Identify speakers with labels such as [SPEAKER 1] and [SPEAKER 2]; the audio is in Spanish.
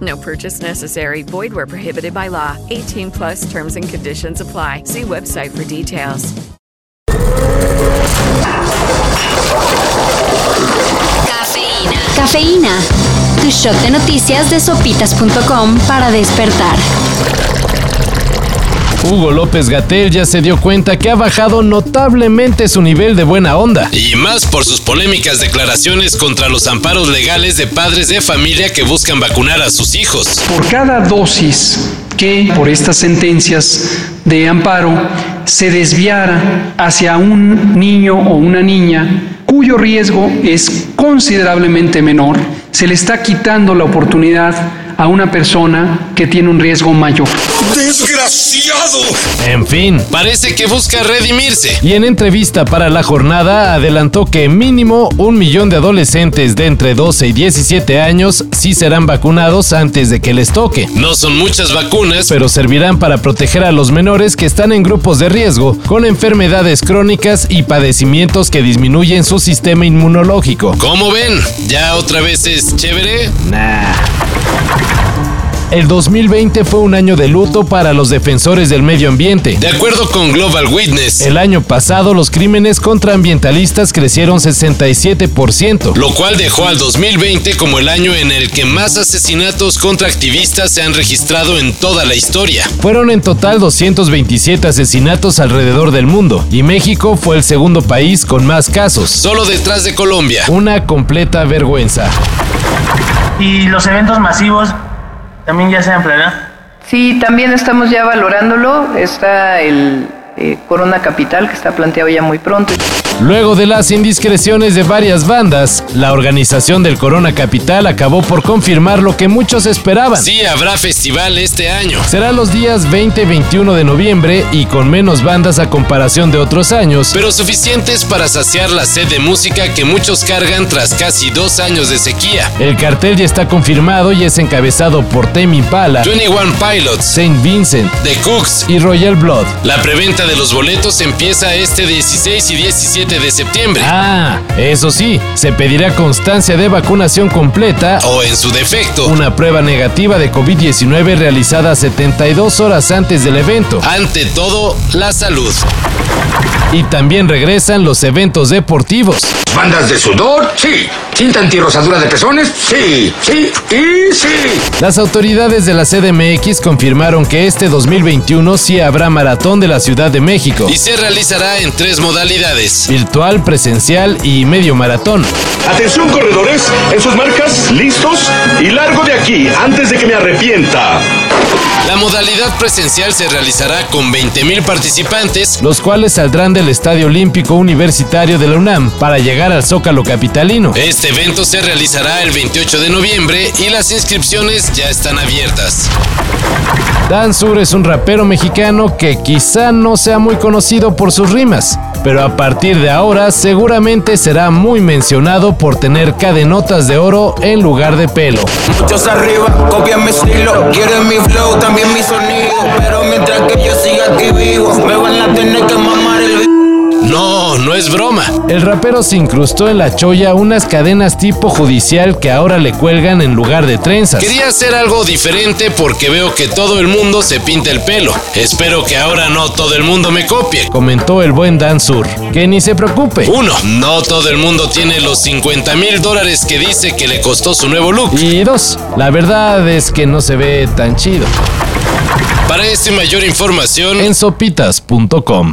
[SPEAKER 1] No purchase necessary. Void where prohibited by law. 18 plus terms and conditions apply. See website for details.
[SPEAKER 2] Cafeína. Cafeína. Tu shot de noticias de sopitas.com para despertar.
[SPEAKER 3] Hugo López Gatel ya se dio cuenta que ha bajado notablemente su nivel de buena onda.
[SPEAKER 4] Y más por sus polémicas declaraciones contra los amparos legales de padres de familia que buscan vacunar a sus hijos.
[SPEAKER 5] Por cada dosis que por estas sentencias de amparo se desviara hacia un niño o una niña cuyo riesgo es considerablemente menor, se le está quitando la oportunidad a una persona que tiene un riesgo mayor.
[SPEAKER 4] ¡Desgraciado!
[SPEAKER 3] En fin.
[SPEAKER 4] Parece que busca redimirse.
[SPEAKER 3] Y en entrevista para la jornada adelantó que mínimo un millón de adolescentes de entre 12 y 17 años sí serán vacunados antes de que les toque,
[SPEAKER 4] No son muchas vacunas,
[SPEAKER 3] pero servirán para proteger a los menores que están en grupos de riesgo, con enfermedades crónicas y padecimientos que disminuyen su sistema inmunológico.
[SPEAKER 4] ¿cómo ven? ¿Ya otra vez es chévere?
[SPEAKER 3] El 2020 fue un año de luto para los defensores del medio ambiente.
[SPEAKER 4] De acuerdo con Global Witness,
[SPEAKER 3] El año pasado los crímenes contra ambientalistas crecieron 67%.
[SPEAKER 4] lo cual dejó al 2020 como el año en el que más asesinatos contra activistas se han registrado en toda la historia.
[SPEAKER 3] Fueron en total 227 asesinatos alrededor del mundo y México fue el segundo país con más casos.
[SPEAKER 4] Solo detrás de Colombia.
[SPEAKER 3] Una completa vergüenza.
[SPEAKER 6] y los eventos masivos también ya se ampliarán.
[SPEAKER 7] Sí, también estamos ya valorándolo. Está el eh, Corona Capital que está planteado ya muy pronto.
[SPEAKER 3] Luego de las indiscreciones de varias bandas, la organización del Corona Capital acabó por confirmar lo que muchos esperaban.
[SPEAKER 4] Sí, habrá festival este año.
[SPEAKER 3] Será los días 20 y 21 de noviembre y con menos bandas a comparación de otros años,
[SPEAKER 4] pero suficientes para saciar la sed de música que muchos cargan tras casi dos años de sequía.
[SPEAKER 3] El cartel ya está confirmado y es encabezado por Temi Impala,
[SPEAKER 4] 21 Pilots,
[SPEAKER 3] Saint Vincent
[SPEAKER 4] The Cooks.
[SPEAKER 3] y Royal Blood.
[SPEAKER 4] La preventa de los boletos empieza este 16 y 17 de septiembre.
[SPEAKER 3] Ah, eso sí, se pedirá constancia de vacunación completa o
[SPEAKER 4] O en su defecto,
[SPEAKER 3] una prueba negativa de COVID-19 realizada 72 horas antes del evento.
[SPEAKER 4] ante todo, la salud.
[SPEAKER 3] Y también regresan los eventos deportivos.
[SPEAKER 8] ¿Bandas de sudor? Sí. ¿Cinta antirrosadura de pezones? Sí, sí y sí.
[SPEAKER 3] Las autoridades de la CDMX confirmaron que este 2021 sí habrá maratón de la Ciudad de México.
[SPEAKER 4] Y se realizará en tres modalidades.
[SPEAKER 3] Virtual, presencial y medio maratón.
[SPEAKER 9] Atención corredores, en sus marcas, listos y largo de aquí antes de que me arrepienta.
[SPEAKER 4] La modalidad presencial se realizará con 20.000 participantes.
[SPEAKER 3] los cuales saldrán del Estadio Olímpico Universitario de la UNAM para llegar al Zócalo Capitalino.
[SPEAKER 4] Este evento se realizará el 28 de noviembre y las inscripciones ya están abiertas.
[SPEAKER 3] Dan Sur es un rapero mexicano que quizá no sea muy conocido por sus rimas, pero a partir de ahora seguramente será muy mencionado por tener cadenotas de oro en lugar de pelo.
[SPEAKER 10] Muchos arriba, copian mi estilo, quieren mi flow, también mi sonido. Pero mientras que yo siga aquí vivo, me van a tener que mamar el
[SPEAKER 4] No, no es broma.
[SPEAKER 3] El rapero se incrustó en la cholla unas cadenas tipo judicial que ahora le cuelgan en lugar de trenzas.
[SPEAKER 4] Quería hacer algo diferente porque veo que todo el mundo se pinta el pelo. Espero que ahora no todo el mundo me copie.
[SPEAKER 3] Comentó el buen Dan Sur. Que ni se preocupe.
[SPEAKER 4] Uno, no todo el mundo tiene los 50 mil dólares que dice que le costó su nuevo look.
[SPEAKER 3] Y dos, la verdad es que no se ve tan chido.
[SPEAKER 4] Para esta y mayor información,
[SPEAKER 3] en sopitas.com.